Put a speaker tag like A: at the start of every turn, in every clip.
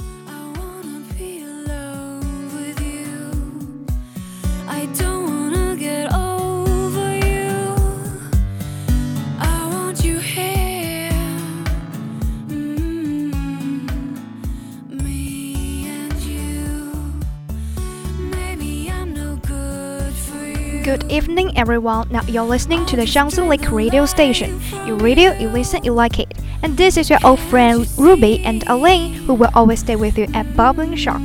A: I wanna be alone with you. I don't wanna get over you. I want you here. Mm-hmm. Me and you. Maybe I'm no good for you.
B: Good evening, everyone. Now you're listening to the Shansu Lake radio station. You read it, you listen, you like it. And this is your old friend Ruby and Aline, who will always stay with you at Bubbling Shock.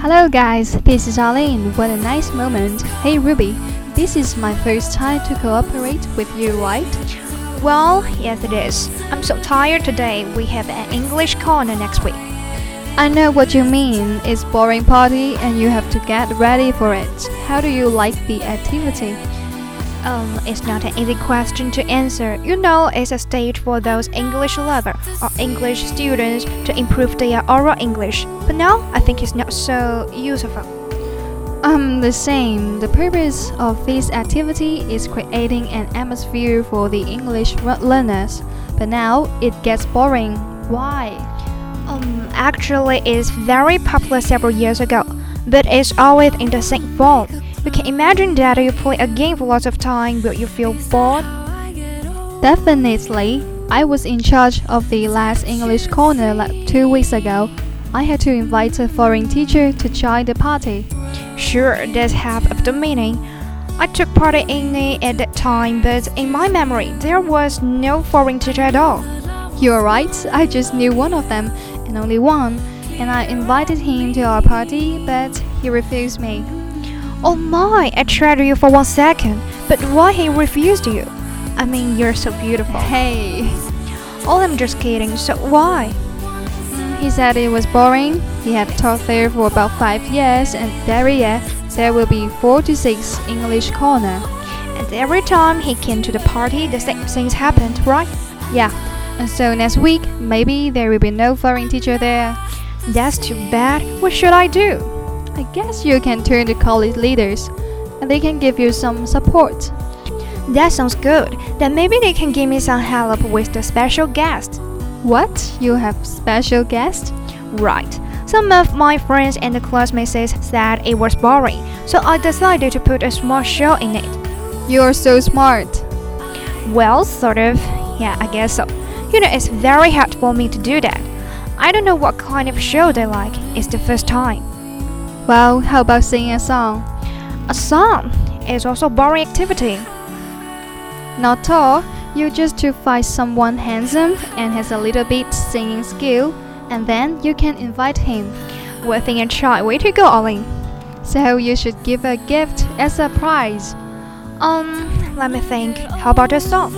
C: Hello guys, this is Arlene. What a nice moment. Hey Ruby, this is my first time to cooperate with you, right?
B: Well, yes, it is. I'm so tired today. We have an English corner next week.
C: I know what you mean. It's boring party and you have to get ready for it. How do you like the activity?
B: Um, it's not an easy question to answer. You know, it's a stage for those English lovers or English students to improve their oral English. But now, I think it's not so useful.
C: Um, the same. The purpose of this activity is creating an atmosphere for the English learners. But now it gets boring. Why?
B: Um, actually, it's very popular several years ago, but it's always in the same form. You can imagine that you play a game for lots of time, will you feel bored?
C: Definitely. I was in charge of the last English corner like two weeks ago. I had to invite a foreign teacher to join the party.
B: Sure, that's half of the meaning. I took part in it at that time, but in my memory, there was no foreign teacher at all.
C: You're right, I just knew one of them, and only one, and I invited him to our party, but he refused me.
B: Oh my, I tried you for one second, but why he refused you? I mean, you're so beautiful.
C: Hey,
B: Oh, I'm just kidding, so why?
C: he said it was boring. He had taught there for about five years, and every year there will be four to six English corner.
B: And every time he came to the party, the same things happened, right?
C: Yeah, and so next week maybe there will be no foreign teacher there.
B: That's too bad. What should I do?
C: I guess you can turn to college leaders, and they can give you some support.
B: That sounds good. Then maybe they can give me some help with the special guest.
C: What? You have special guest?
B: Right. Some of my friends and classmates said it was boring, so I decided to put a small show in it.
C: You're so smart.
B: Well, sort of. Yeah, I guess so. You know, it's very hard for me to do that. I don't know what kind of show they like. It's the first time.
C: Well, how about singing a song?
B: A song is also boring activity.
C: Not all. You just to find someone handsome and has a little bit singing skill, and then you can invite him.
B: Worth a try. Way to go, Ollie.
C: So you should give a gift as a prize.
B: Um, let me think. How about a song?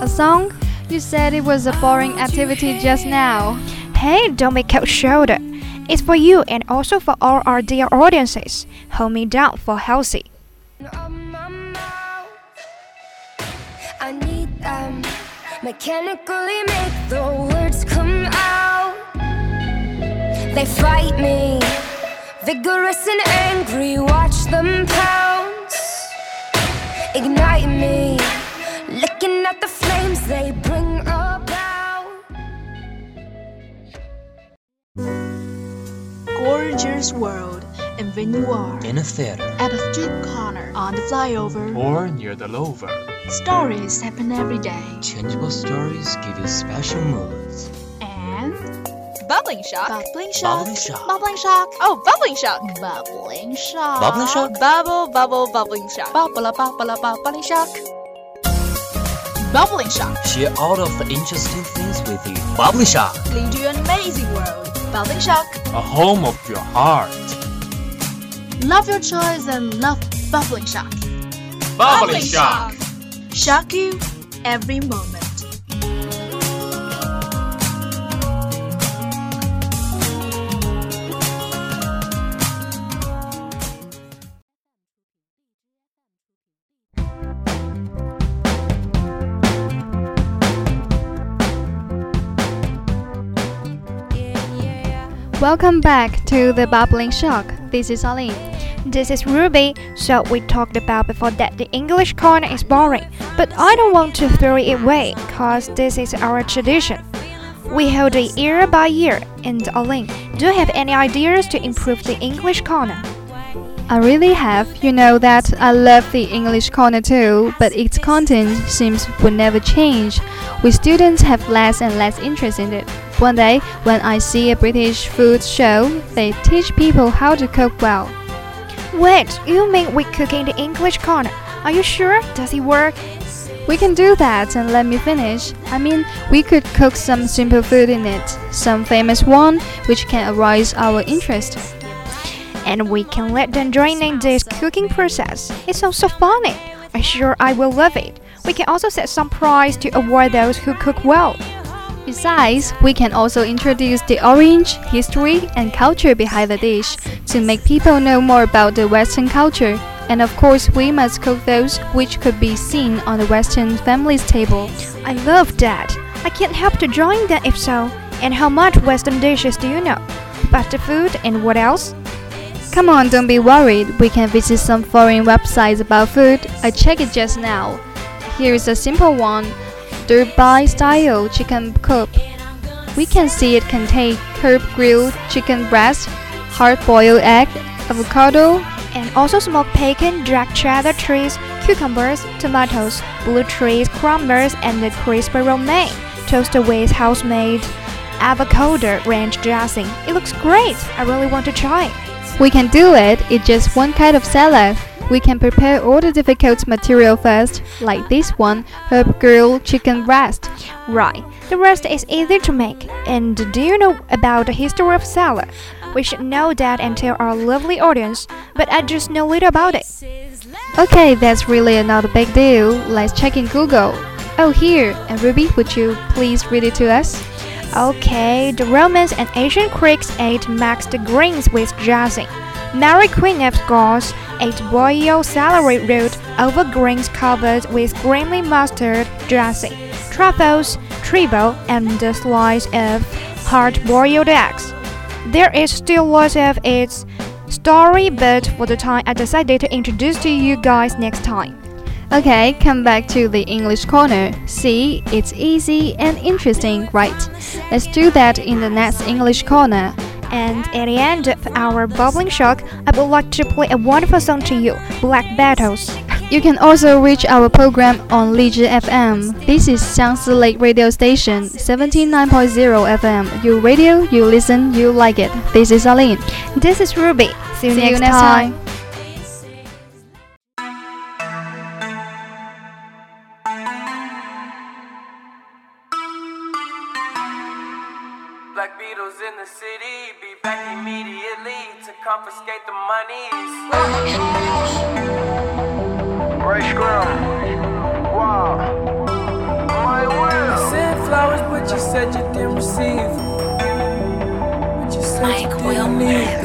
C: A song? You said it was a boring activity just now.
B: Hey, don't be cold shoulder. It's for you and also for all our dear audiences. Hold me down for healthy.
D: on my mouth. I need them mechanically make the words come out. They fight me, vigorous and angry. Watch them pounce, ignite me, looking at the flames they bring about.
E: Gorgeous world, and when you are
F: in a theater
E: at a street corner, on the flyover,
G: Or near the lover.
E: stories happen every day.
F: changeable stories give you special moods
E: And
H: Bubbling shock.
E: bubbling shock,
F: Bubbling shock.
E: bubbling shock,
H: Oh, bubbling shock.
E: bubbling shock,
F: bubbling shock
H: Bubble, bubble, bubbling shock.
E: bubble, bubble, bubbling shock,
H: Bubbling shock.
F: Share all of the interesting things with you. Bubbly Shark.
H: Lead you an amazing world. Bubbling shock.
G: a home of your heart.
E: Love your toys and love
H: Bubbling shock.
G: Bubbling Shark.
H: Shock you every moment.
C: Welcome back to the Bubbling Shock. This is Aline.
B: This is Ruby, so we talked about before that the English corner is boring, but I don't want to throw it away, cause this is our tradition. We hold it year by year, and Aline, do you have any ideas to improve the English corner?
C: I really have. You know that I love the English corner too, but its content seems would never change. We students have less and less interest in it. One day, when I see a British food show, they teach people how to cook well.
B: Wait, you mean we cook in the English corner? Are you sure? Does it work?
C: We can do that and let me finish. I mean, we could cook some simple food in it, some famous one which can arouse our interest.
B: And we can let them join in this cooking process. It sounds so funny. I'm sure I will love it. We can also set some prize to award those who cook well.
C: Besides, we can also introduce the orange, history, and culture behind the dish to make people know more about the Western culture. And of course, we must cook those which could be seen on the Western family's table.
B: I love that. I can't help to join that if so. And how much Western dishes do you know? Pasta food and what else?
C: Come on, don't be worried. We can visit some foreign websites about food. I checked it just now. Here is a simple one Dubai style chicken coop. We can see it contain herb grilled chicken breast, hard boiled egg, avocado,
B: And also smoked bacon, dark cheddar cheese, cucumbers, tomatoes, blue cheese, crumbers, and the crispy romaine. Toasted with house-made avocado ranch dressing. It looks great. I really want to try it.
C: We can do it, it's just one kind of salad. We can prepare all the difficult material first, like this one, herb grilled chicken breast.
B: Right. The rest is easy to make. And do you know about the history of salad? We should know that and tell our lovely audience, but I just know little about it.
C: Okay, that's really not a big deal. Let's check in Google. Oh, here, and Ruby, would you please read it to us?
B: Okay, the Romans and ancient Greeks ate mixed greens with dressing. Mary Queen of Scots ate boiled celery root over greens covered with creamy mustard dressing, truffles, treble, and the slice of hard-boiled eggs. There is still lots of its story, but for the time, I decided to introduce to you guys next time.
C: Okay, come back to the English corner. See, it's easy and interesting, right? Let's do that in the next English corner.
B: And at the end of our bubbling shock, I would like to play a wonderful song to you, Black Battles.
C: You can also reach our program on Leisure FM. This is Xiangsu Lake Radio Station, 79.0 FM. You radio, you listen, you like it. This is Aline.
B: This is Ruby. See you, next, time.
I: Black Beatles in the city, be back immediately to confiscate the monies. Ray Scrum. Wow. My world. Send flowers, but you said you didn't receive. But you said you didn't need.